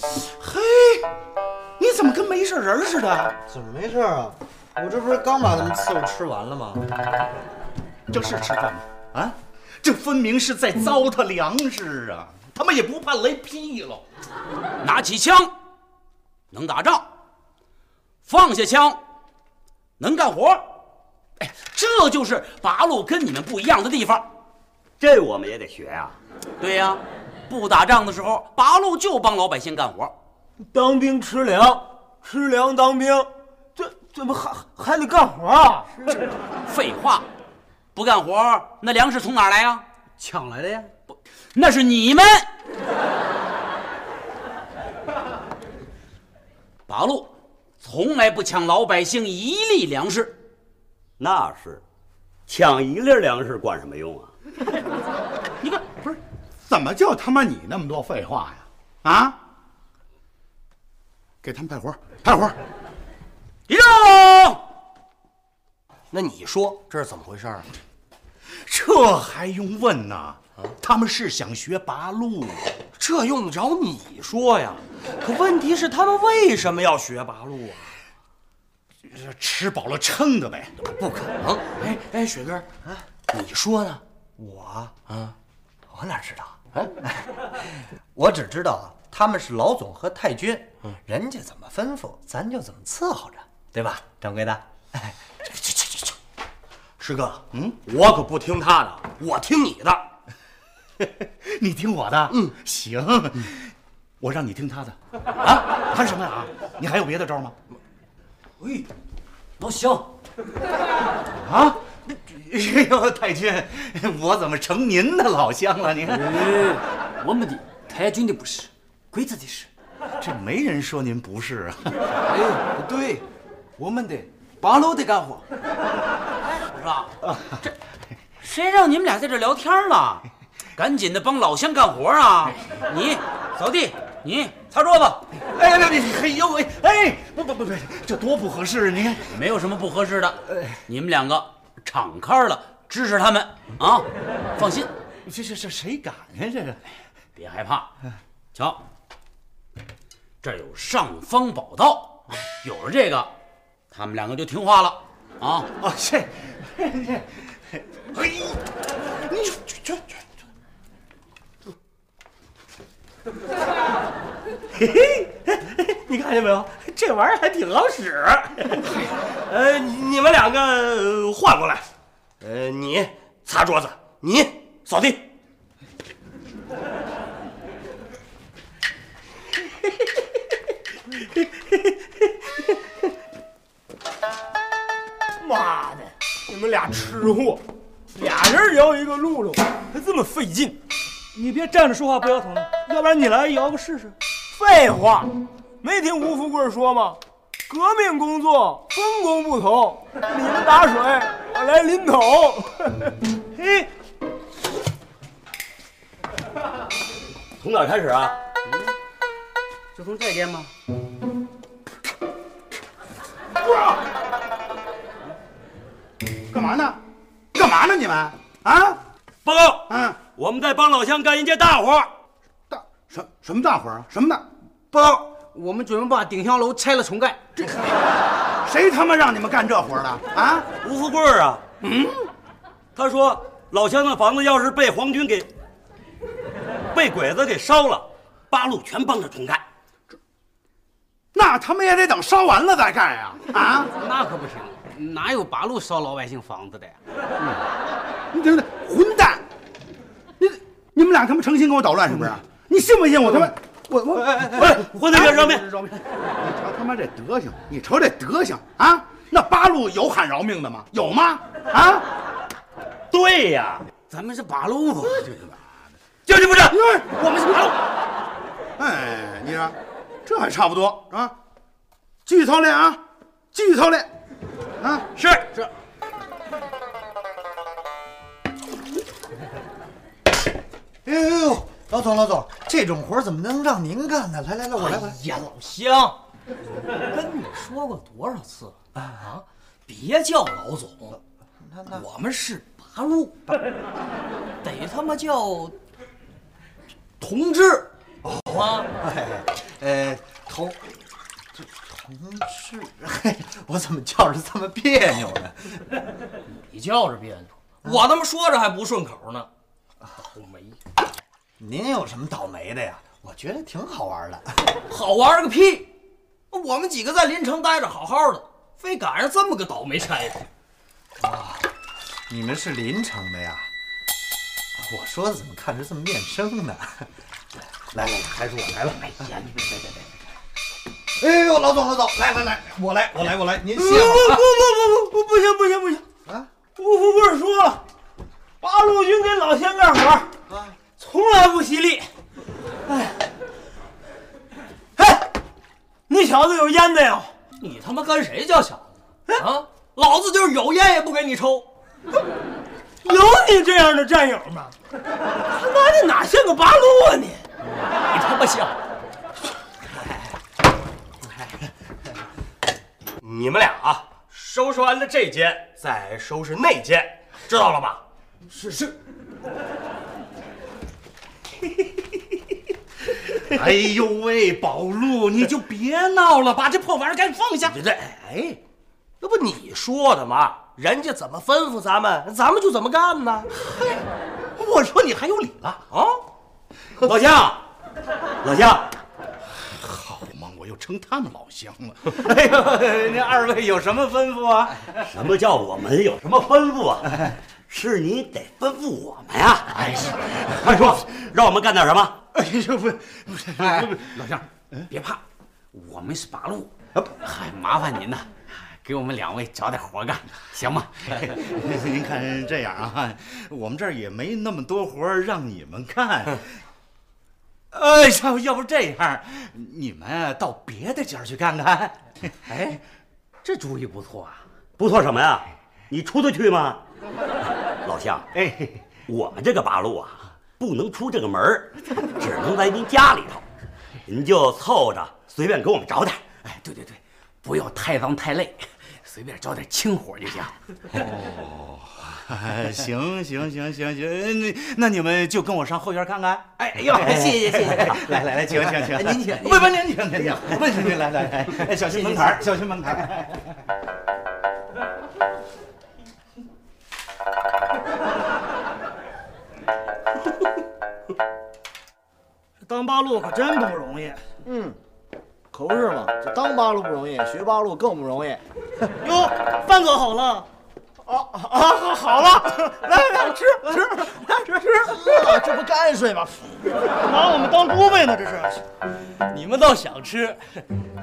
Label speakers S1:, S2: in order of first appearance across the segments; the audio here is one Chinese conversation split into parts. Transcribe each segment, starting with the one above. S1: 哎怎么跟没事人似的？
S2: 怎么没事啊？我这不是刚把他们伺候吃完了吗？
S1: 这是吃饭吗？啊，这分明是在糟蹋粮食啊！他们也不怕雷劈了。
S3: 拿起枪，能打仗；放下枪，能干活。哎，这就是八路跟你们不一样的地方。
S4: 这我们也得学
S5: 啊
S4: 呀、
S3: 对呀、不打仗的时候，八路就帮老百姓干活。
S5: 当兵吃粮，吃粮当兵，这怎么还还得干活啊？
S3: 废话，不干活那粮食从哪儿来呀、
S2: 抢来的呀！
S3: 那是你们。八路从来不抢老百姓一粒粮食，
S4: 那是，抢一粒粮食管什么用啊？
S3: 你看
S1: 不是，怎么就他妈你那么多废话呀？啊！给他们派活，派活！
S3: 一正。
S5: 那你说这是怎么回事啊？
S1: 这还用问呐？他们是想学八路，
S5: 这用得着你说呀？可问题是他们为什么要学八路啊？
S1: 吃饱了撑的呗。
S5: 不可能！哎哎，雪根儿啊，你说呢？我啊，
S2: 我哪知道？哎， 我只知道啊，他们是老总和太君，
S5: 嗯
S2: 人家怎么吩咐，咱就怎么伺候着，对吧，掌柜的？
S5: 师哥，嗯，我可不听他的，我听你的。
S1: 你听我的，嗯，行，我让你听他的啊，谈什么呀？啊，你还有别的招吗？
S5: 喂，老乡，
S1: 啊？哎呦，太君，我怎么成您的老乡了？您
S6: 呃我们的太君的不是，鬼子的是。
S1: 这没人说您不是啊。
S5: 哎，不对，我们得八路得干活。
S3: 是吧？这谁让你们俩在这聊天了？赶紧的帮老乡干活啊！你扫地，你擦桌子，
S1: 哎呀，你嘿呦喂，哎，不不不不，这多不合适啊！您
S3: 没有什么不合适的。你们两个敞开了，支持他们啊！放心，
S1: 这这这谁敢呀？这个
S3: 别害怕。瞧，这儿有尚方宝刀，啊有了这个，他们两个就听话了啊！
S1: 哦，这这这，哎，你这这这。
S5: 你看见没有？这玩意儿还挺好使。呃，你们两个呃换过来，呃，你擦桌子，你扫地。
S6: 妈的，你们俩吃货，俩人摇一个辘轳，还这么费劲。你别站着说话不腰疼，要不然你来摇个试试。废话，没听吴富贵说吗？革命工作分工不同，你们打水，我来淋头。嘿，
S4: 从哪儿开始啊？
S3: 就从这边吗？
S1: 干嘛呢？干嘛呢？你们啊？
S6: 报告，
S1: 嗯，
S6: 我们在帮老乡干一件大活儿。
S1: 大什什么大伙儿啊？什么大？
S5: 报，我们准备把鼎香楼拆了重盖。
S1: 谁他妈让你们干这活儿的啊？
S6: 吴富贵儿啊，嗯，他说老乡的房子要是被皇军给被鬼子给烧了，八路全帮着重盖。
S1: 那他们也得等烧完了再干呀！啊，
S5: 那可不行，哪有八路烧老百姓房子的呀？
S1: 你等等，混蛋！你你们俩他妈诚心跟我捣乱是不是？你信不信我他妈我我
S6: 哎，混蛋别上面！
S1: 饶命！你瞧他妈这德行，你瞅这德行啊！那八路有喊饶命的吗？有吗？啊！
S6: 对呀、
S5: 咱们是八路吧？
S6: 就你不是。
S1: 我们是八路。哎，你说，这还差不多啊。继续操练啊，继续操练啊。
S6: 是是。
S2: 哎呦呦，老总老总，这种活儿怎么能让您干呢？来来来，我来我来。
S5: 呀，老乡，跟你说过多少次了啊？别叫老总，我们是八路，得他妈叫同志，好吗？
S2: 哎哎，呃，同嗯，是，嘿，我怎么叫着这么别扭呢？
S7: 你叫着别扭，我他妈说着还不顺口呢。倒霉，
S2: 您有什么倒霉的呀？我觉得挺好玩的。
S7: 好玩个屁！我们几个在临城待着好好的，非赶上这么个倒霉差事。
S2: 你们是临城的呀？我说的怎么看着这么面生呢？来来来，还是我来了。哎呀，你别别别别！哎呦，老总老总，来来来，我来我来我来，您歇会儿啊。
S1: 不不不不不行不行不行
S2: 啊！
S1: 吴福贵说了，八路军跟老乡干活，从来不惜力。哎，哎，你小子有烟没有？
S7: 你他妈跟谁叫小子啊？老子就是有烟也不给你抽。
S1: 有你这样的战友吗？他妈的哪像个八路啊你！
S7: 你他妈想，
S1: 你们俩啊，收拾完了这间，再收拾那间，知道了吧？
S8: 哎呦喂，宝路，你就
S9: 别闹了，把这破玩意儿赶紧放下。
S1: 这哎，那不你说的吗？人家怎么吩咐咱们，咱们就怎么干呢？
S8: 我说你还有理了。
S1: 啊，老乡，老乡，
S8: 好嘛，我又成他们老乡了。
S1: 哎呦，那二位有什么吩咐啊？
S5: 什么叫我们有什么吩咐啊？是你得吩咐我们呀、哎，快说，让我们干点什么？
S8: 哎呦，不，不是，不是
S3: 哎
S8: 嗯
S3: 老乡，别怕，我们是八路，
S8: 啊
S3: 嗨，麻烦您呐，给我们两位找点活干，行吗？
S8: 哎 您看这样啊，我们这儿也没那么多活儿让你们干。哎，要要不这样，你们啊到别的家儿去看看。
S3: 哎，这主意不错啊，
S5: 不错什么呀？你出得去吗？老乡，
S8: 哎，
S5: 我们这个八路啊，不能出这个门儿，只能在您家里头。您就凑着随便给我们找点儿。
S3: 哎，对对对，不要太脏太累， 随便找点轻活就
S10: 啊
S3: 行。
S8: 哎行行行行行，那那你们就跟我上后院看看。
S3: 哎哎呦，谢谢谢谢，
S8: 来来来，请请请，
S3: 您请您请
S8: 不不您请您请，不行您来来来，哎小心门槛儿，小心门槛儿。
S1: 当八路可真不容易。
S11: 可不是嘛，这啊当八路不容易，学八路更不容易。
S1: 哟，饭做好了，哦
S11: 啊，好好 了，来来吃吃吃
S7: 啊
S11: 吃，这不泔水吗？
S1: 拿我们当猪喂呢，这是。
S7: 你们倒想吃，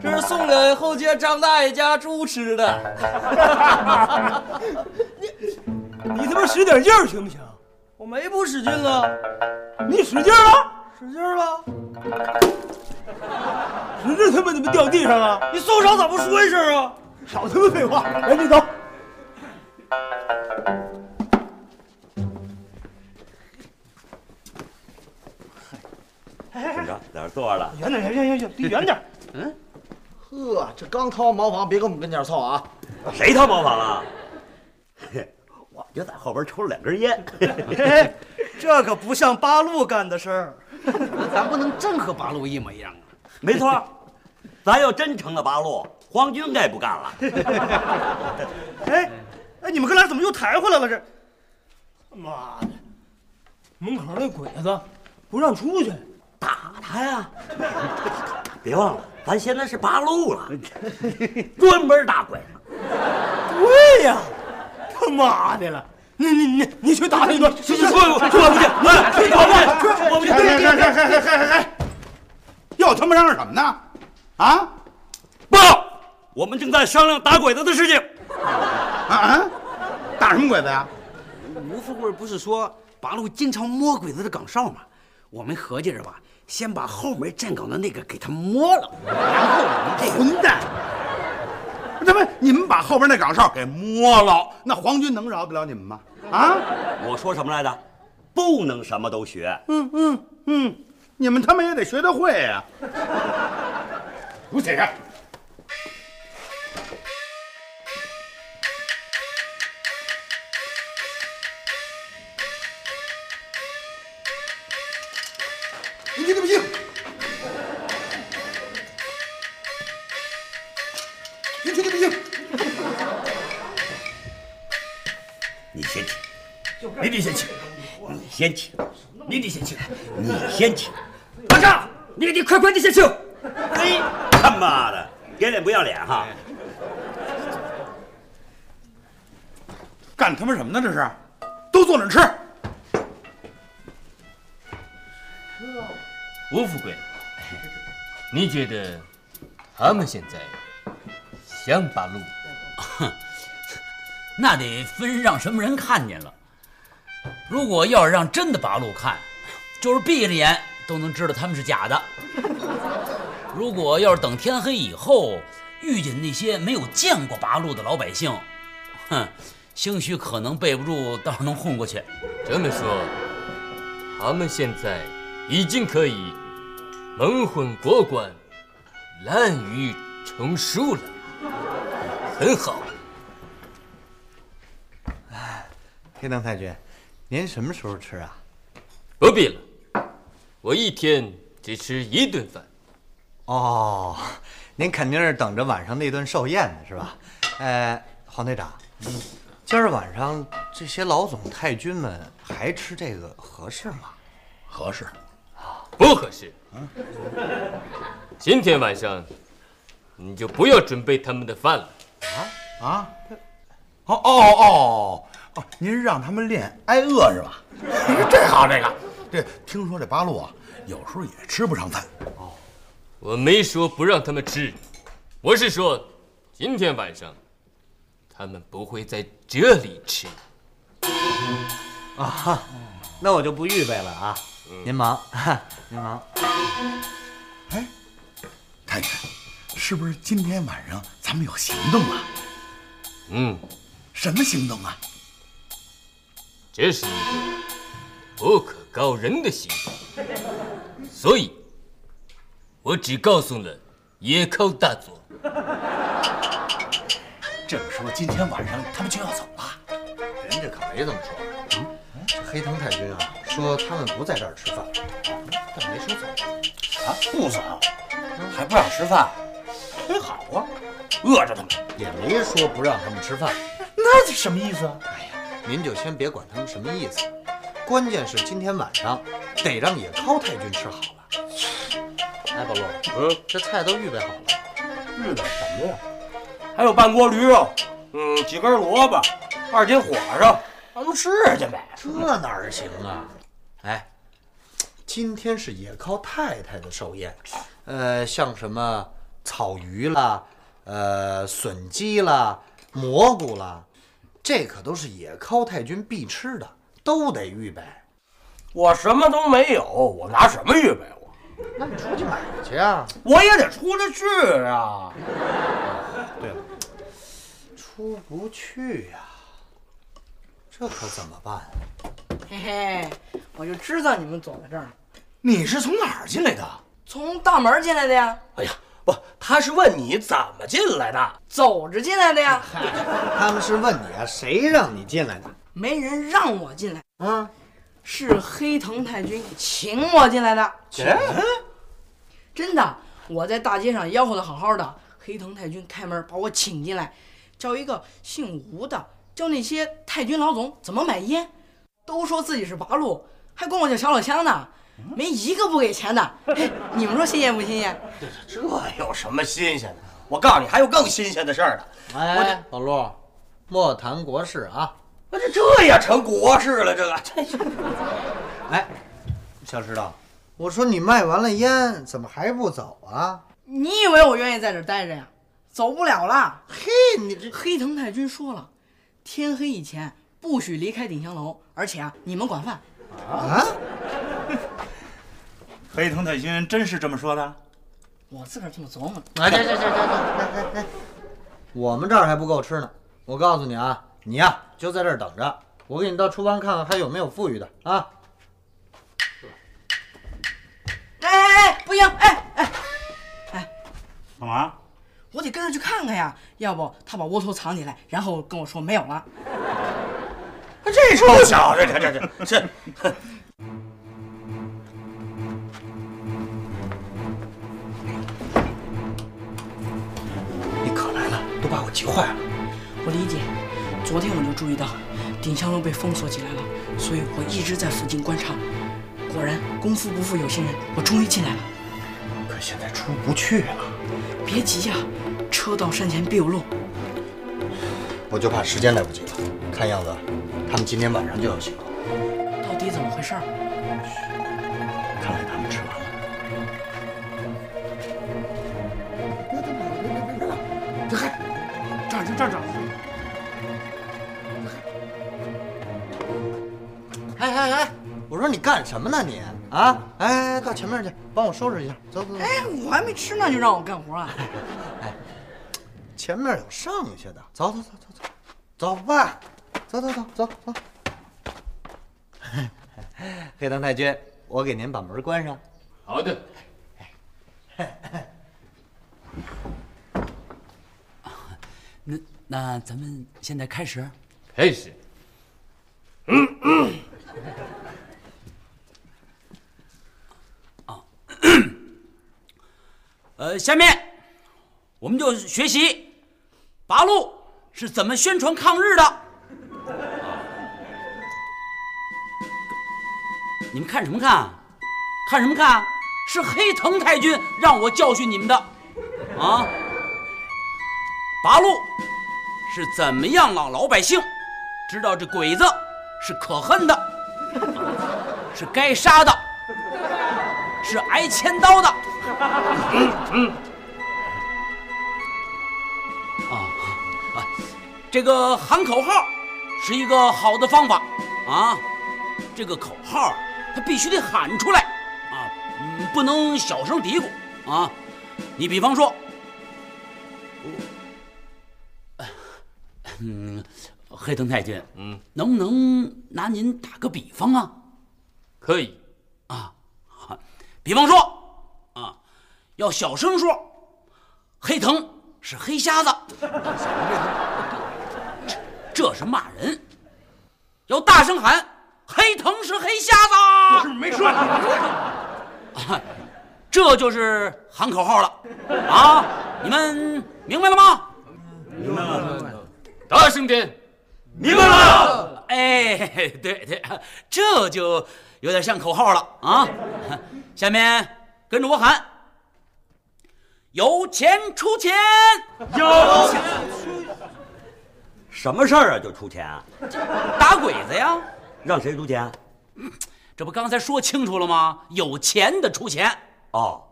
S7: 这是送给后街张大爷家猪吃的。
S1: 你他妈使点劲儿行不行？
S7: 我没不使劲了，
S1: 你使劲儿了，使劲儿了，使劲他妈怎么掉地上了？你受伤咋不说一声啊？
S11: 少他妈废话，
S1: 哎
S11: 赶紧走。
S5: 怎么着，在这儿坐着了？
S1: 远点，远远远离远点儿。
S11: 呵，这刚掏完茅房，别跟我们跟前凑啊！
S5: 谁他模 仿啊了？嘿我就在后边抽了两根烟。
S1: 嘿哎这可不像八路干的事儿。
S3: 咱不能真和八路一模一样啊。
S5: 没错儿，咱要真成了八路，皇军该不干了。
S1: 哎，哎，你们哥俩怎么又抬回来了？这，妈的，门口那鬼子不让出去。
S5: 打他呀！别忘了，咱现在是八 路了，专门打鬼子。
S1: 对呀，他妈的了！你你你你去打他一顿，去去去去我不去， 来去我不去，我不去，
S8: 嗨嗨嗨嗨嗨嗨嗨！要他妈嚷嚷什么呢？啊
S5: 报，我们正在商量打鬼子的事情。
S8: 啊啊！打什么鬼子呀？
S3: 吴富贵不是说八路经常摸鬼子的岗哨吗？我们合计着吧，先把后门站岗的那个给他摸了，然后我们这个
S8: 混蛋！他妈，你们把后边那岗哨给摸了，那皇军能饶得了你们吗？啊！
S5: 我说什么来着？不能什么都学。
S8: 嗯嗯嗯，你们他妈也得学得会呀、啊！吴姐，你对不起。
S2: 您听听听听，
S10: 你先请，
S5: 你得先请，
S10: 你先请，
S5: 你得先请，
S10: 你先请。
S5: 班长，你得快快的先请。
S10: 嘿，他妈的，给脸不要脸哈！
S2: 干他妈什么呢？这是，都坐那儿吃。
S12: 吴富贵，你觉得他们现在想把路？
S3: 那得分让什么人看见了。如果要是让真的八路看，就是闭着眼都能知道他们是假的。如果要是等天黑以后遇见那些没有见过八路的老百姓，哼，兴许可能备不住，倒是能混过去。
S12: 这么说，他们现在已经可以蒙混过关，滥竽充数了，很好。
S2: 黑灯太君，您什么时候吃啊？
S12: 不必了，我一天只吃一顿饭。
S2: 哦，您肯定是等着晚上那顿寿宴呢，是吧？呃，黄队长，今儿晚上这些老总太君们还吃这个合适吗？
S12: 合适，不合适。今天晚上你就不要准备他们的饭了。
S2: 啊？
S1: 哦哦哦哦，您让他们练挨饿是吧？ 这好，这个这听说这八路啊，有时候也吃不上饭。
S12: 我没说不让他们吃，我是说今天晚上他们不会在这里吃。
S2: 啊，那我就不预备了啊。您忙，哈您忙。
S1: 太君，是不是今天晚上咱们有行动啊？
S12: 嗯，
S1: 什么行动啊？
S12: 这是一个不可告人的行动，所以，我只告诉了野寇大佐。
S1: 这么说，今天晚上他们就要走了？
S2: 人家可没这么说。这黑藤太君啊，说他们不在这儿吃饭，但没说走
S1: 啊，不走，还不让吃饭？很好啊，饿着他们
S2: 也没说不让他们吃饭。
S1: 那是什么意思啊？
S2: 您就先别管他们什么意思，关键是今天晚上得让野高太君吃好了。哎，宝路，嗯，这菜都预备好了。
S5: 日本什么呀？还有半锅驴肉，嗯，几根萝卜，二斤火烧，让他们吃去呗。
S2: 这哪儿行啊？哎，今天是野高太太的寿宴，呃，像什么草鱼啦，呃，笋鸡啦，蘑菇啦，这可都是野高太君必吃的，都得预备。
S5: 我什么都没有，我拿什么预备我？
S2: 那你出去买去啊！
S5: 我也得出得去啊！
S2: 对了，出不去呀、这可怎么办、啊？
S11: 嘿嘿，我就知道你们走在这儿呢。
S1: 你是从哪儿进来的？
S11: 从大门进来的哎呀，
S5: 他是问你怎么进来的？
S11: 走着进来的呀，
S2: 他们是问你啊，谁让你进来的？
S11: 没人让我进来。嗯，是黑藤太君请我进来的。真的，我在大街上吆喝的好好的，黑藤太君开门把我请进来，叫一个姓吴的教那些太君老总怎么买烟，都说自己是八路，还管我叫小老乡呢，没一个不给钱的。嘿，你们说新鲜不新鲜？
S5: 这有什么新鲜的？我告诉你，还有更新鲜的事儿呢。我这
S2: 哎，老陆，莫谈国事啊！
S5: 那这这也成国事了，这 个这
S2: 哎小石头，我说你卖完了烟，怎么还不走啊？
S11: 你以为我愿意在这儿待着呀？走不了了。
S2: 嘿，你这
S11: 黑藤太君说了，天黑以前不许离开鼎香楼，而且啊，你们管饭。
S13: 啊？黑藤太君真是这么说的？
S11: 我自个儿这么琢磨。
S2: 哎，这这这这这这这，我们这儿还不够吃呢。我告诉你啊，你呀、就在这儿等着，我给你到厨房看看还有没有富裕的啊。
S11: 哎哎哎，不行，哎哎，
S13: 干嘛？
S11: 我得跟着去看看呀，要不他把窝头藏起来，然后跟我说没有了。
S5: 这臭小子，这这这这。
S2: 你可来了，
S14: 把我急坏了。
S11: 我理解，昨天我就注意到鼎香楼被封锁起来了，所以我一直在附近观察。果然，功夫不负有心人，我终于进来了。
S14: 可现在出不去了。
S11: 别急呀、车到山前必有路。
S2: 我就怕时间来不及了。看样子，他们今天晚上就要行动。
S11: 到底怎么回事儿？
S2: 看来他们吃完了。
S15: 站着站着，
S2: 哎哎哎，我说你干什么呢你啊？哎，哎到前面去，帮我收拾一下。走走走。
S11: 哎，我还没吃呢，就让我干活啊？
S2: 前面有剩下的，走走走走走，走吧，走走走走走。 黑藤太君，我给您把门关上。
S12: 好的。
S3: 那那咱们现在开始。
S12: 开始。
S3: 呃，下面我们就学习八路是怎么宣传抗日的。你们看什么看啊？看什么看啊？是黑藤太君让我教训你们的，啊！八路是怎么样让老百姓知道这鬼子是可恨的，是该杀的，是挨千刀的。嗯嗯。啊啊！这个喊口号是一个好的方法啊。这个口号啊它必须得喊出来啊，嗯，不能小声嘀咕啊。你比方说，我呃嗯，黑藤太君，
S12: 嗯，
S3: 能不能拿您打个比方啊？
S12: 可以
S3: 比方说，啊，要小声说，黑藤是黑瞎子，这这是骂人。要大声喊，黑藤是黑瞎子，啊
S16: 是没 说
S3: 这就是喊口号了啊！你们明白了吗？明白了，
S12: 大声点，
S3: 明白了。哎，对对，这就有点像口号了啊！下面跟着我喊：有钱出钱，
S5: 有钱什么事儿啊？就出钱啊？
S3: 打鬼子呀！
S5: 让谁出钱？啊
S3: 这不刚才说清楚了吗？有钱的出钱。
S5: 哦，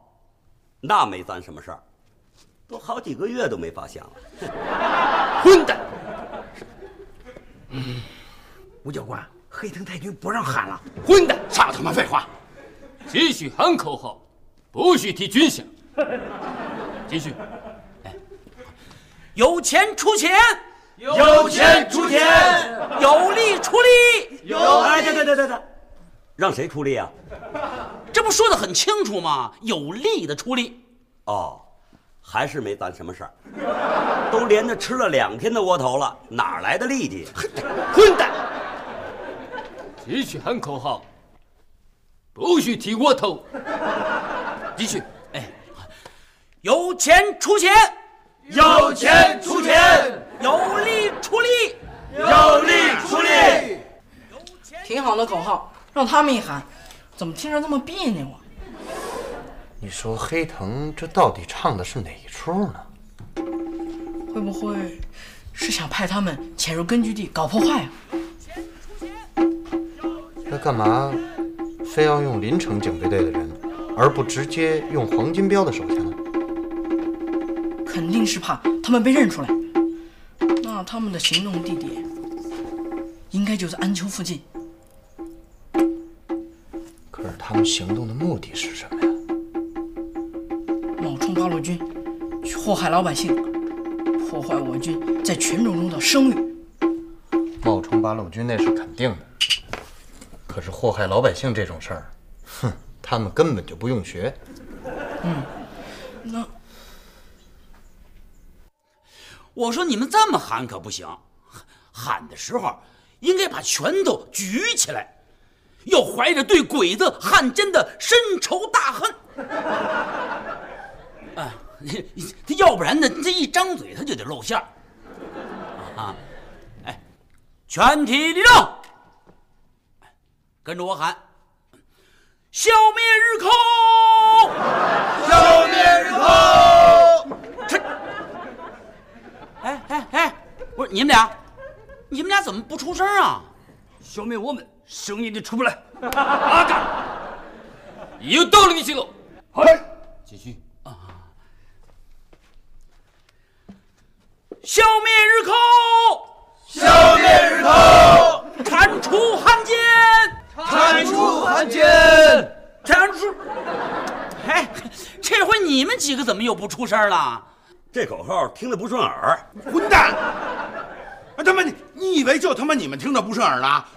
S5: 那没咱什么事儿，都好几个月都没发现了。
S3: 混蛋！
S17: 吴教官，黑藤太君不让喊了。
S12: 混蛋，少他妈废话！只许喊口号，不许提军饷。继续，
S3: 有钱出钱，
S5: 有钱出钱
S3: 有力出力，
S5: 哎，等等等等等，让谁出力啊？
S3: 这不说的很清楚吗？有力的出力，
S5: 哦，还是没咱什么事儿，都连着吃了两天的窝头了，哪儿来的力气？
S12: 混蛋！只许喊口号，不许提窝头。继续，
S3: 有钱出钱，
S12: 有钱出钱，
S3: 有力出力，
S5: 有力出力。
S11: 挺好的口号，让他们一喊，怎么听着这么别扭啊？
S2: 你说黑藤这到底唱的是哪一出呢？
S11: 会不会是想派他们潜入根据地搞破坏啊？
S2: 那干嘛非要用林城警备队的人，而不直接用黄金彪的手下呢？
S11: 肯定是怕他们被认出来。那他们的行动地点应该就在安丘附近。
S2: 可是他们行动的目的是什么呀？
S11: 冒充八路军，去祸害老百姓，破坏我军在群众中的声誉。
S2: 冒充八路军那是肯定的，可是祸害老百姓这种事儿，哼，他们根本就不用学。
S11: 那
S3: 我说你们这么喊可不行，喊的时候应该把拳头举起来，要怀着对鬼子汉奸的深仇大恨。哎，他要不然呢，这一张嘴他就得露馅儿啊！哎，全体立正，哎跟着我喊：消灭日寇！消灭日寇！这，哎哎哎，不是你们俩，你们俩怎么不出声啊？消灭我们，声音就出不 来。阿干，
S12: 有道理，你记喽。
S3: 哎继续啊！消灭日寇！消灭日寇！铲除汉奸！
S18: 铲除汉奸！
S3: 铲除！哎，这回你们几个怎么又不出声了？
S4: 这口号听得不顺耳，
S8: 混蛋！啊，他妈你你以为就他妈你们听着不顺耳了？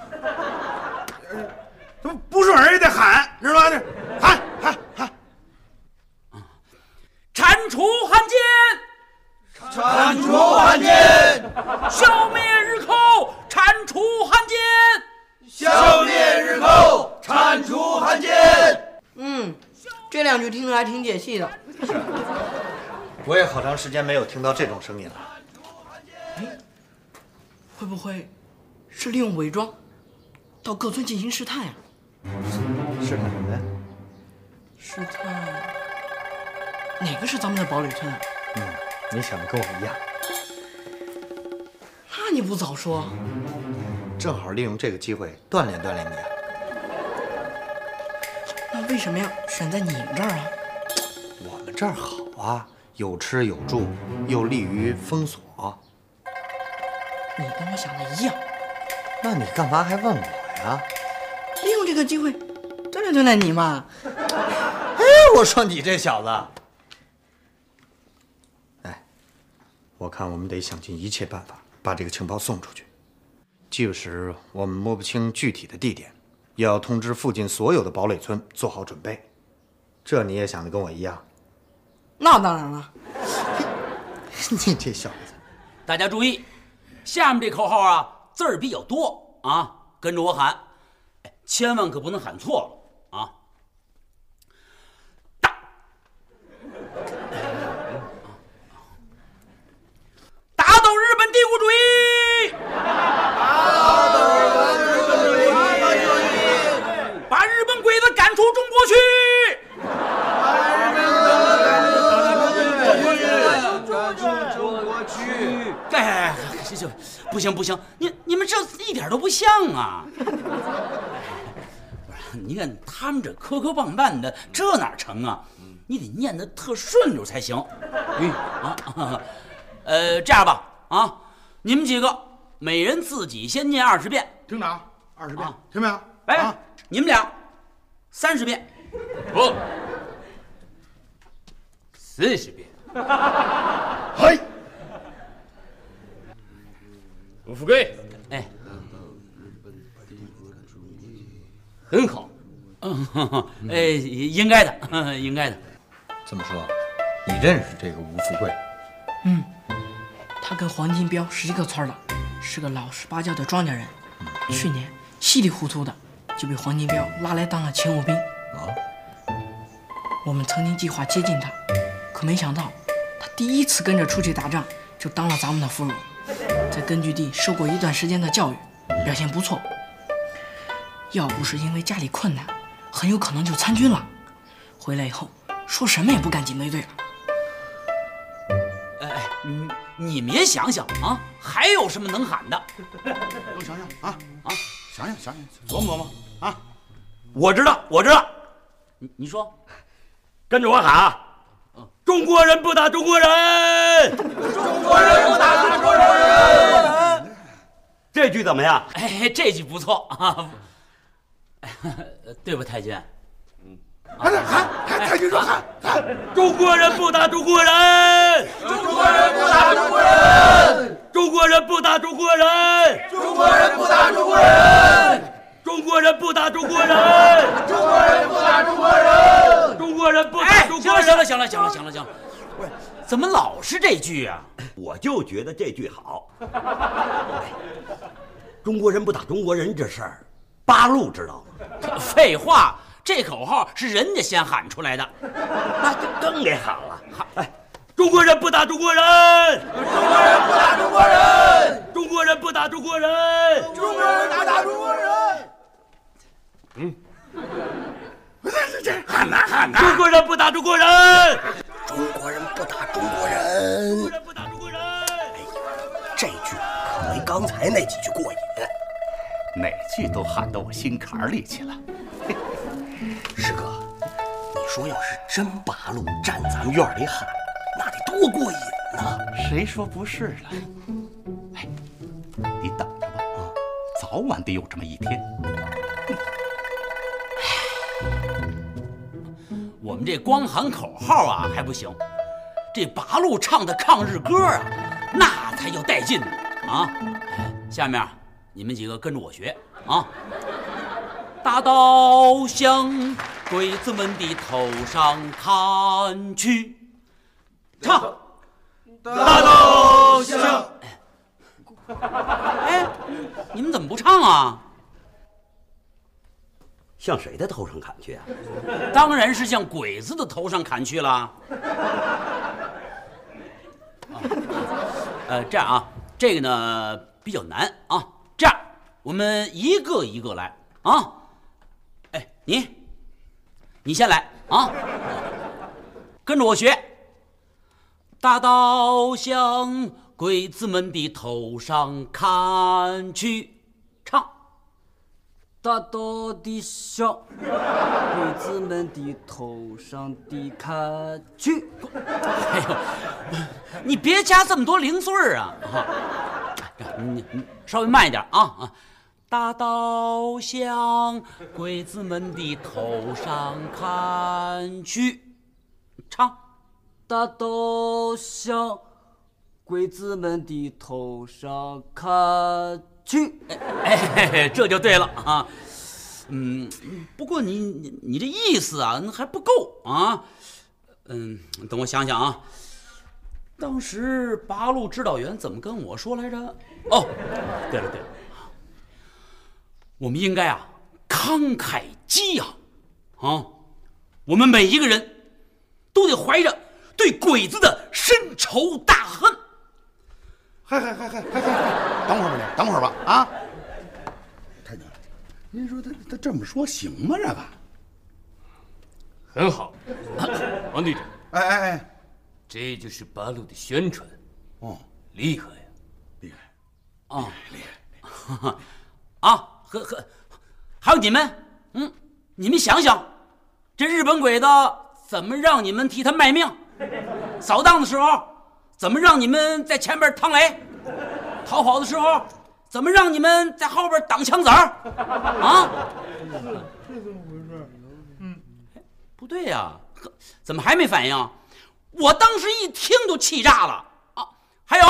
S8: 呃不顺耳也得喊，知道吗？喊喊喊！
S3: 铲除汉奸！
S18: 铲除汉奸！
S3: 消灭日寇！铲除汉奸！
S18: 消灭日寇，铲除汉奸。
S11: 嗯，这两句听着还挺解气的。
S2: 我也好长时间没有听到这种声音了。
S11: 会不会是利用伪装到各村进行试探呀、
S2: 试探什么呀？
S11: 试探哪个是咱们的堡垒村啊？
S2: 嗯，你想的跟我一样，
S11: 那你不早说，
S2: 正好利用这个机会锻炼锻炼你啊。
S11: 那为什么要选在你们这儿啊？
S2: 我们这儿好啊，有吃有住，又利于封锁。
S11: 你跟我想的一样，
S2: 那你干嘛还问我呀？
S11: 利用这个机会锻炼锻炼你嘛。
S2: 哎，我说你这小子，哎，我看我们得想尽一切办法把这个情报送出去，即使我们摸不清具体的地点，也要通知附近所有的堡垒村做好准备。这你也想的跟我一样？
S11: 那当然了，
S2: 你这小子，
S3: 大家注意，下面这口号啊字儿比较多啊，跟着我喊，哎千万可不能喊错了啊！打打倒日本帝国主义！把日本鬼子赶出中国去！哎，这就不行不行，你你们这一点都不像啊！不是，你看他们这磕磕绊绊的，这哪成啊？你得念得特顺溜才行。嗯啊，呃，这样吧，啊，你们几个每人自己先念二十遍，
S8: 听着啊，二十遍，听没有？啊
S3: 哎，你们俩三十遍，
S12: 啊不，四十遍。嘿，富贵，
S3: 哎，
S12: 很好。
S3: 嗯，呵呵 哎，应该的，呵呵应该的。
S2: 这么说，你认识这个吴富贵？
S11: 他跟黄金彪是一个村儿的，是个老实巴交的庄稼人。去年稀里糊涂的就被黄金彪拉来当了勤务兵。我们曾经计划接近他，可没想到，他第一次跟着出去打仗就当了咱们的俘虏，在根据地受过一段时间的教育，表现不错。要不是因为家里困难，很有可能就参军了。回来以后，说什么也不干警卫队了。
S3: 你你们也想想啊，还有什么能喊的？
S8: 我想想啊
S3: 啊，
S8: 想想想想，琢磨琢磨。
S5: 我知道，我知道，
S3: 你你说，
S5: 跟着我喊啊！中国人不打中国人，中国人不打中国人。
S4: 这句怎么样？
S3: 哎，这句不错啊。 哎对吧，太君？
S8: 喊喊喊，太君说喊喊，
S5: 中国人不打中国人，中国人不打中国人，中国人不打中国人，中国人不打中国人，中国人不打中国人，中国人不打中国人，中国人不
S4: 哎
S5: 打中
S3: 行
S5: 国
S3: 了，
S5: 人。
S3: 行了，行了，行了，行了，行了。不是，怎么老是这句啊？
S4: 我就觉得这句好。中国人不打中国人这事儿，八路知道吗？
S3: 废话，这口号是人家先喊出来的。
S4: 那就更得喊了。喊哎，中国人不打中国人，中国人不打中国人，中国人不打中国人，中国人打打中国人。嗯， 这这喊呐喊呐！中国人不打中国人，中国人不打中国人，中国人不打中国人。
S1: 这句可没刚才那几句过瘾，哪句都喊到我心坎儿里去了。
S4: 师哥，你说要是真八路站咱们院儿里喊，那得多过瘾呐！
S1: 谁说不是了？哎，你等着吧，
S4: 嗯
S1: 啊，早晚得有这么一天。
S3: 我们这光喊口号啊还不行，这八路唱的抗日歌啊，那才叫带劲呢啊！下面啊你们几个跟着我学啊！大刀向鬼子们的头上砍去，唱。
S18: 大刀向
S3: 哎，你们怎么不唱啊？
S4: 向谁的头上砍去啊？
S3: 当然是向鬼子的头上砍去了。啊呃，这样啊，这个呢比较难啊。这样，我们一个一个来啊。哎，你，你先来啊，跟着我学。大刀向鬼子们的头上砍去，唱。
S19: 大刀的向鬼子们的头上的砍去。
S3: 哎呦，你别加这么多零碎儿啊！啊你你稍微慢一点啊啊！大刀向鬼子们的头上砍去，唱。
S19: 大刀向鬼子们的头上砍去。
S3: 哎，这就对了啊。嗯，不过你你你这意思啊那还不够啊。嗯，等我想想啊。当时八路指导员怎么跟我说来着？哦，对了对了，我们应该啊慷慨激昂啊，我们每一个人都得怀着对鬼子的深仇大恨。
S8: 嗨嗨嗨嗨嗨嗨！等会儿吧，你等会儿吧，啊！太你，您说他他这么说行吗？这个
S12: 很好，王队长。
S8: 哎哎哎，
S12: 这就是八路的宣传。
S8: 哦，
S12: 厉害呀！
S3: 啊，厉害！ 啊，和和，还有你们，嗯，你们想想，这日本鬼子怎么让你们替他卖命？扫荡的时候，怎么让你们在前边趟雷？逃跑的时候，怎么让你们在后边挡枪子儿？啊，嗯
S18: 这怎么回事？
S3: 不对呀、呵怎么还没反应？啊我当时一听就气炸了啊！还有，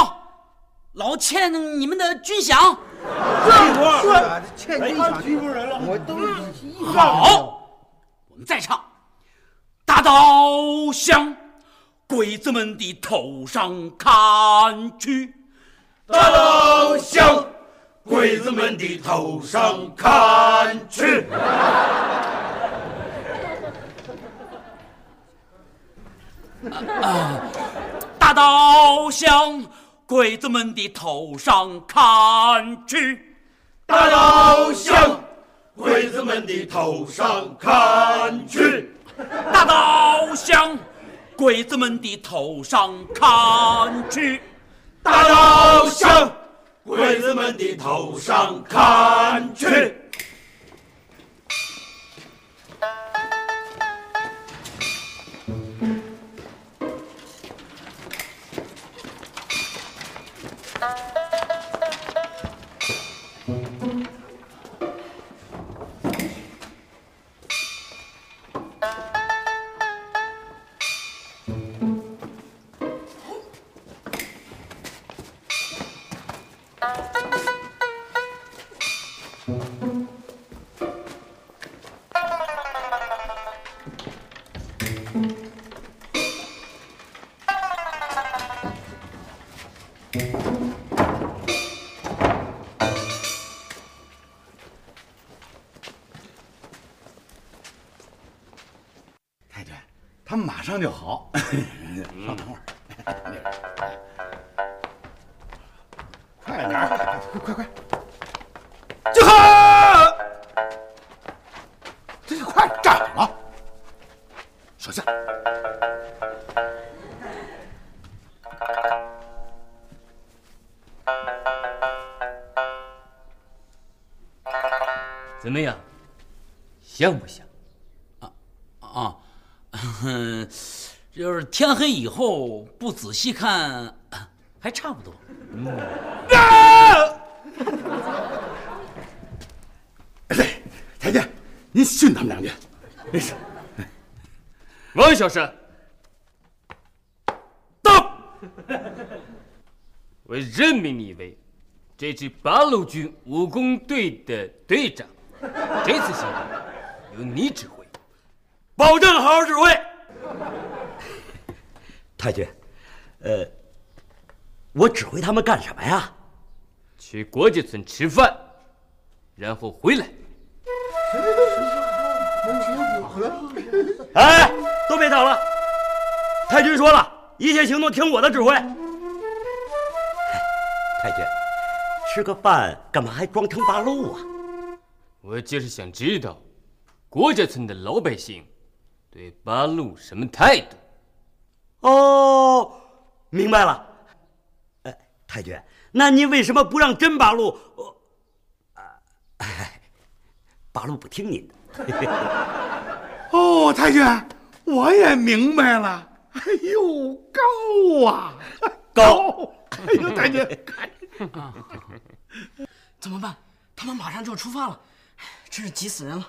S3: 老欠你们的军饷，
S8: 啊
S18: 这这欠你
S8: 哎
S18: 想欺负人了，我都
S3: 好，我们再唱。大刀向鬼子们的头上砍去，
S18: 大刀向鬼子们的头上砍去。
S3: 啊，大刀向鬼子们的头上砍去，
S18: 大刀向鬼子们的头上砍去，
S3: 大刀向鬼子们的头上砍去，
S18: 大刀向鬼子们的头上砍去。
S8: 他马上就好。稍等会儿，
S1: 哎
S2: 快点儿，快快
S5: 快，就好。
S2: 这就快站好了，手下。
S12: 怎么样？像不像？
S3: 啊， 就是天黑以后不仔细看，还差不多。
S12: 太监，您训他们两句。没事。王小山， 到！我任命你为这支八路军武工队的队长。这次行动由你指挥，保证好好指挥。
S20: 太君，呃，我指挥他们干什么呀？
S12: 去国家村吃饭，然后回来。
S5: 哎，都别吵了。太君说了，一切行动听我的指挥。
S20: 哎太君，吃个饭干嘛还装腔八路啊？
S12: 我就是想知道，国家村的老百姓对八路什么态度？
S20: 哦，明白了。呃，太君，那您为什么不让真八路？呃，啊哎八路不听您的。
S8: 哦，太君，我也明白了。哎呦，高啊，高！哎呦，太君，
S11: 怎么办？他们马上就要出发了，真是急死人了。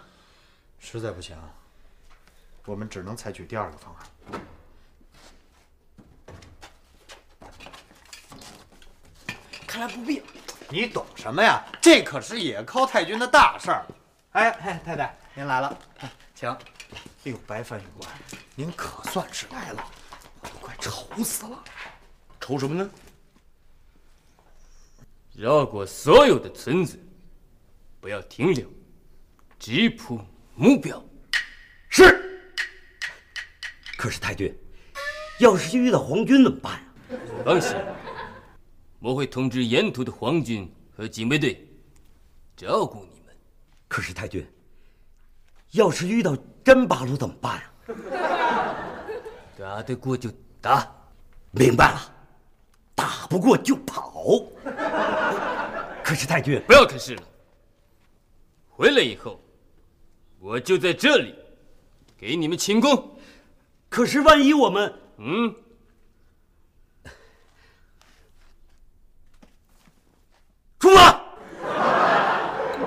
S2: 实在不行，我们只能采取第二个方案。
S11: 看来不必了。
S2: 你懂什么呀？这可是也靠太君的大事儿。哎哎，太太，您来了，哎请。哎呦，白饭一官，您可算是来了，我都快愁死了。
S12: 愁什么呢？绕过所有的村子，不要停留，直扑目标。
S20: 是。可是太君，要是遇到皇军怎么办呀、啊
S12: 放心，我会通知沿途的皇军和警卫队，照顾你们。
S20: 可是太君，要是遇到真八路怎么办呀、啊
S12: 打得过就打，
S20: 明白了，打不过就跑。可是太君，
S12: 不要开始了。回来以后，我就在这里给你们请功。
S20: 可是万一我们……
S12: 嗯，
S5: 出发！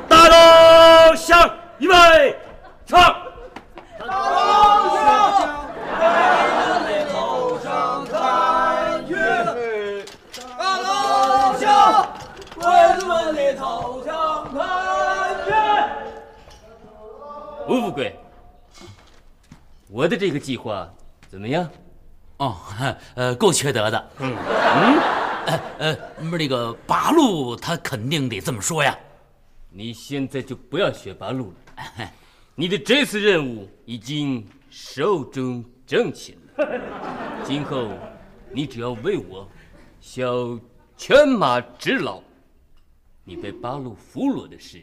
S5: 大刀向预备，上！
S18: 老乡，鬼子们的头上看月。
S12: 吴富贵，我的这个计划怎么样？
S3: 哦，呃，够缺德的。嗯呃呃，不是那个八路，他肯定得这么说呀。
S12: 你现在就不要学八路了， 你的这次任务已经寿终正寝了。今后，你只要为我效犬马之劳，你被八路俘虏的事，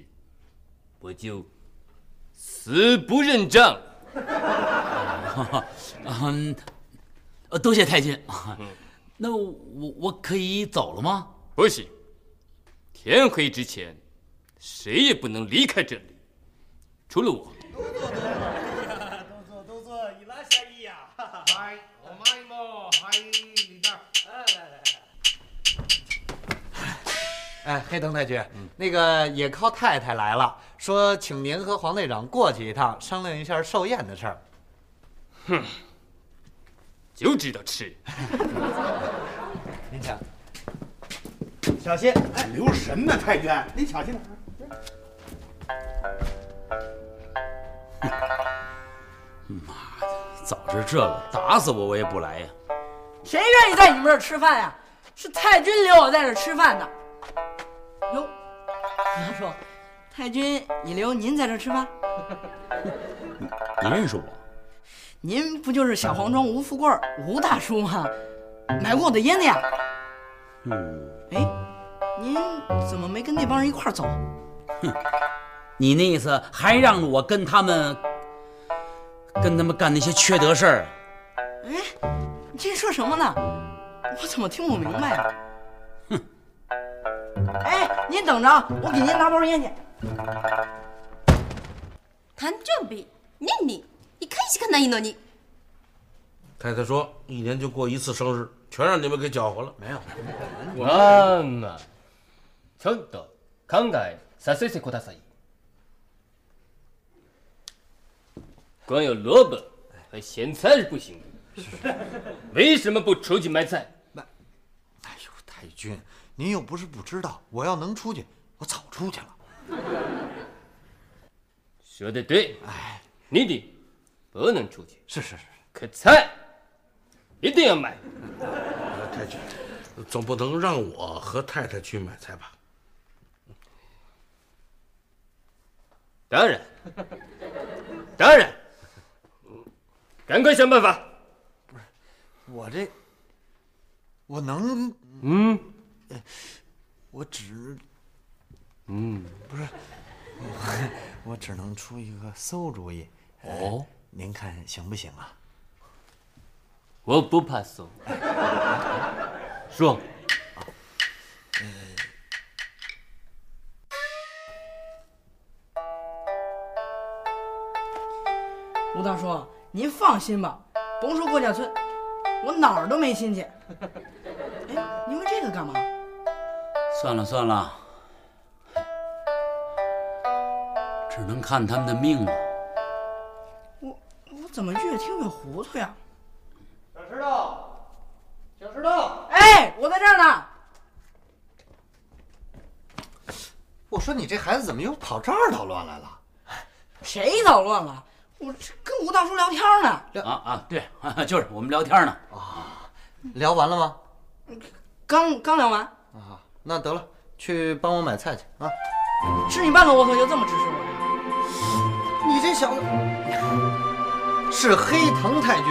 S12: 我就死不认账。
S3: 嗯，呃，多谢太君。
S12: 嗯
S3: 那我我可以走了吗？
S12: 不行，天黑之前，谁也不能离开这里，除了我。
S2: 哎，黑灯太君，那个也靠太太来了，说请您和黄队长过去一趟，商量一下寿宴的事儿。
S12: 哼，就知道吃。
S2: 您请，小心，哎，
S8: 留神呐，太君，你小心。
S21: 早知这个，打死我我也不来呀！
S11: 谁愿意在你们这儿吃饭呀？是太君留我在这儿吃饭的。哟，你要说，太君也留您在这儿吃饭？
S21: 你认识我？
S11: 您不就是小黄庄吴富贵儿吴大叔吗？买过我的烟的呀？
S21: 嗯，
S11: 哎，您怎么没跟那帮人一块儿走？
S3: 你那意思还让我跟他们，跟他们干那些缺德事儿？啊
S11: 哎你这说什么呢？我怎么听不明白啊？哼！哎，您等着啊，我给您拿包烟去。
S22: 誕生日年に一回しかないのに
S23: 太太说一年就过一次生日，全让你们给搅和了。没有，
S12: わーんがちょっと考えさせてください。光有萝卜和咸菜是不行的，为什么不出去买菜？
S2: 太君，您又不是不知道，我要能出去，我早出去了。
S12: 说的对，哎，你得不能出去。
S2: 是是是，
S12: 可菜一定要买。
S23: 太君，总不能让我和太太去买菜吧？
S12: 当然，当然，赶快想办法。
S2: 我这，我能，
S12: 嗯，
S2: 我只
S12: 嗯，
S2: 不是，我我只能出一个馊主意。哎
S12: 哦，
S2: 您看行不行啊？
S12: 我不怕死。说，
S11: 吴大叔，您放心吧，甭说过家村，我哪儿都没亲戚。哎，您问这个干嘛？
S3: 算了算了，只能看他们的命了。
S11: 我怎么越听越糊涂呀？
S2: 小石头，小石头，
S11: 哎，我在这儿呢。
S2: 我说你这孩子怎么又跑这儿捣乱来了？
S11: 谁捣乱了？我这跟吴大叔聊天呢，
S3: 啊啊，对，就是我们聊天呢。
S2: 聊完了吗？
S11: 刚刚聊完，
S2: 那得了，去帮我买菜去啊！
S11: 吃你半个窝头就这么指使我？
S2: 你这小子是黑藤太君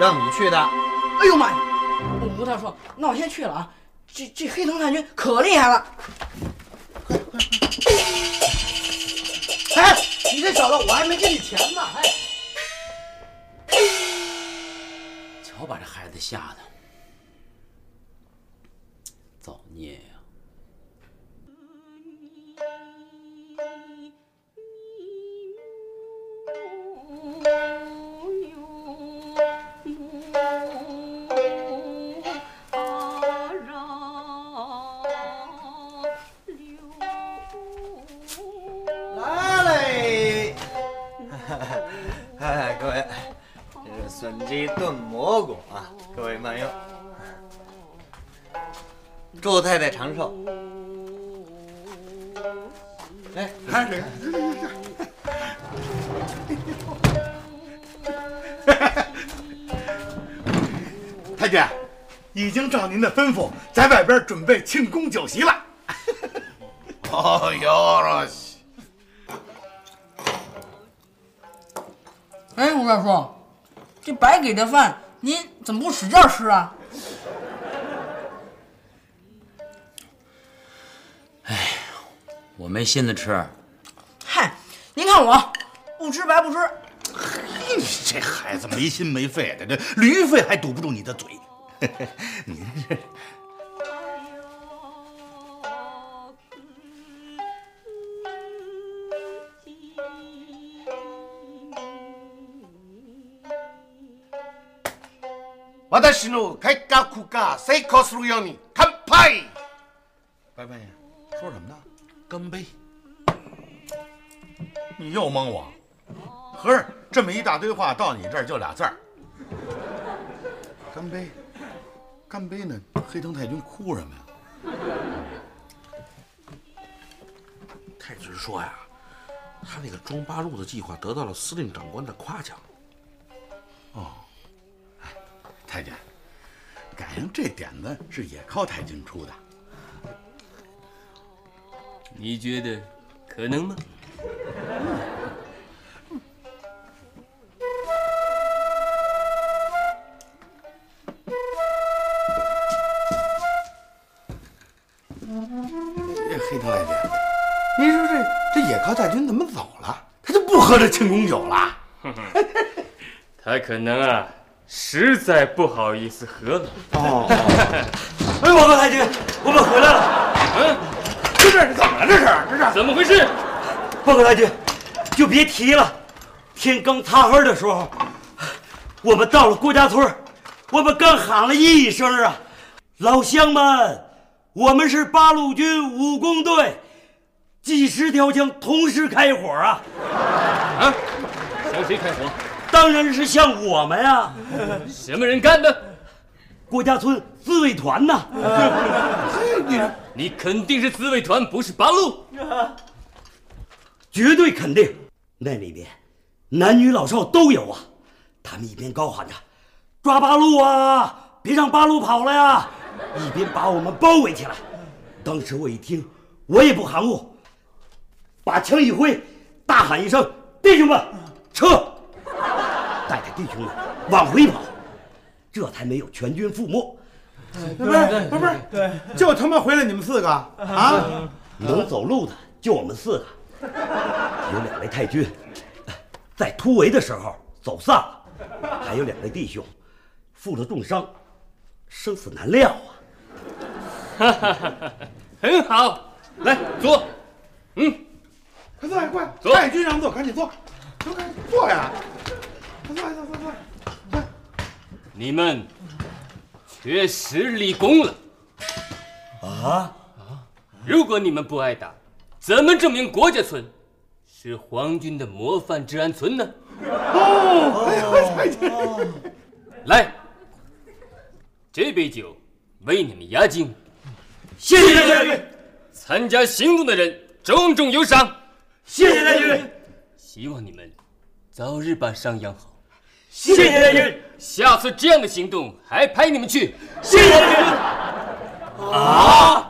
S2: 让你去的，
S11: 哎呦妈呀！我吴大叔，那我先去了啊。这这黑藤太君可厉害了。
S2: 哎，你这小子，我还没给你钱呢，哎。
S3: 瞧把这孩子吓的，造孽呀、
S2: 来嘞！ 哎，各位，这是笋鸡炖蘑菇啊，各位慢用。祝太太长寿。哎，看这
S18: 太君，已经照您的吩咐，在外边准备庆功酒席了。
S8: 哦，有了。
S11: 哎，吴大叔，这白给的饭您怎么不使劲吃啊？
S3: 哎我没心思吃。
S11: 嗨，您看我不吃白不吃，
S1: 你这孩子没心没肺的，这驴肺还堵不住你的嘴。您这
S18: 私の改革が成功するように乾杯。
S1: 白半夜说什么呢？干杯！
S8: 你又蒙我，合着这么一大堆话到你这儿就俩字儿，
S1: 干杯！干杯呢？黑藤太君哭什么呀？
S23: 太君说呀，他那个装八路的计划得到了司令长官的夸奖。
S1: 哦，哎，太君，赶上这点子是也靠太君出的。
S12: 你觉得可能吗？
S1: 这黑藤太君，您说这这野高太君怎么走了？他就不喝这庆功酒了？
S12: 哼哼，他可能啊，实在不好意思喝了。 哦，
S5: 哎，王高太君，我们回来了。嗯，这这是怎么了？这是这是
S12: 怎么回事？
S5: 报告大军，就别提了。天刚擦黑的时候，我们到了郭家村儿，我们刚喊了一声啊，老乡们，我们是八路军武工队，几十条枪同时开火啊！
S12: 啊，向谁开火？
S5: 当然是向我们呀、
S12: 什么人干的？
S5: 郭家村自卫团呐、
S12: 你肯定是自卫团，不是八路。
S5: 绝对肯定，那里面男女老少都有啊。他们一边高喊着“抓八路啊，别让八路跑了呀”，一边把我们包围起来。当时我一听，我也不含糊，把枪一挥，大喊一声：“弟兄们，撤！”带着弟兄们往回跑，这才没有全军覆没。
S1: 不是不是，对，就他妈回来你们四个啊！
S5: 能走路的就我们四个，有两位太君，哎在突围的时候走散了，还有两位弟兄负了重伤，生死难料啊！
S12: 哈哈哈哈，很好，来坐。嗯，
S1: 快坐呀，快
S12: 坐
S1: 太君让座，赶紧坐，坐赶紧坐呀！快坐坐坐坐！
S12: 你们确实立功了。
S5: 啊！
S12: 如果你们不挨打，怎么证明国家村是皇军的模范治安村呢？
S1: 哦，
S12: 来，这杯酒为你们压惊。
S5: 谢谢太君。
S12: 参加行动的人重重有赏。
S5: 谢谢太君。
S12: 希望你们早日把伤养好。
S5: 谢谢太君。
S12: 下次这样的行动还派你们去。
S5: 谢谢太君。啊！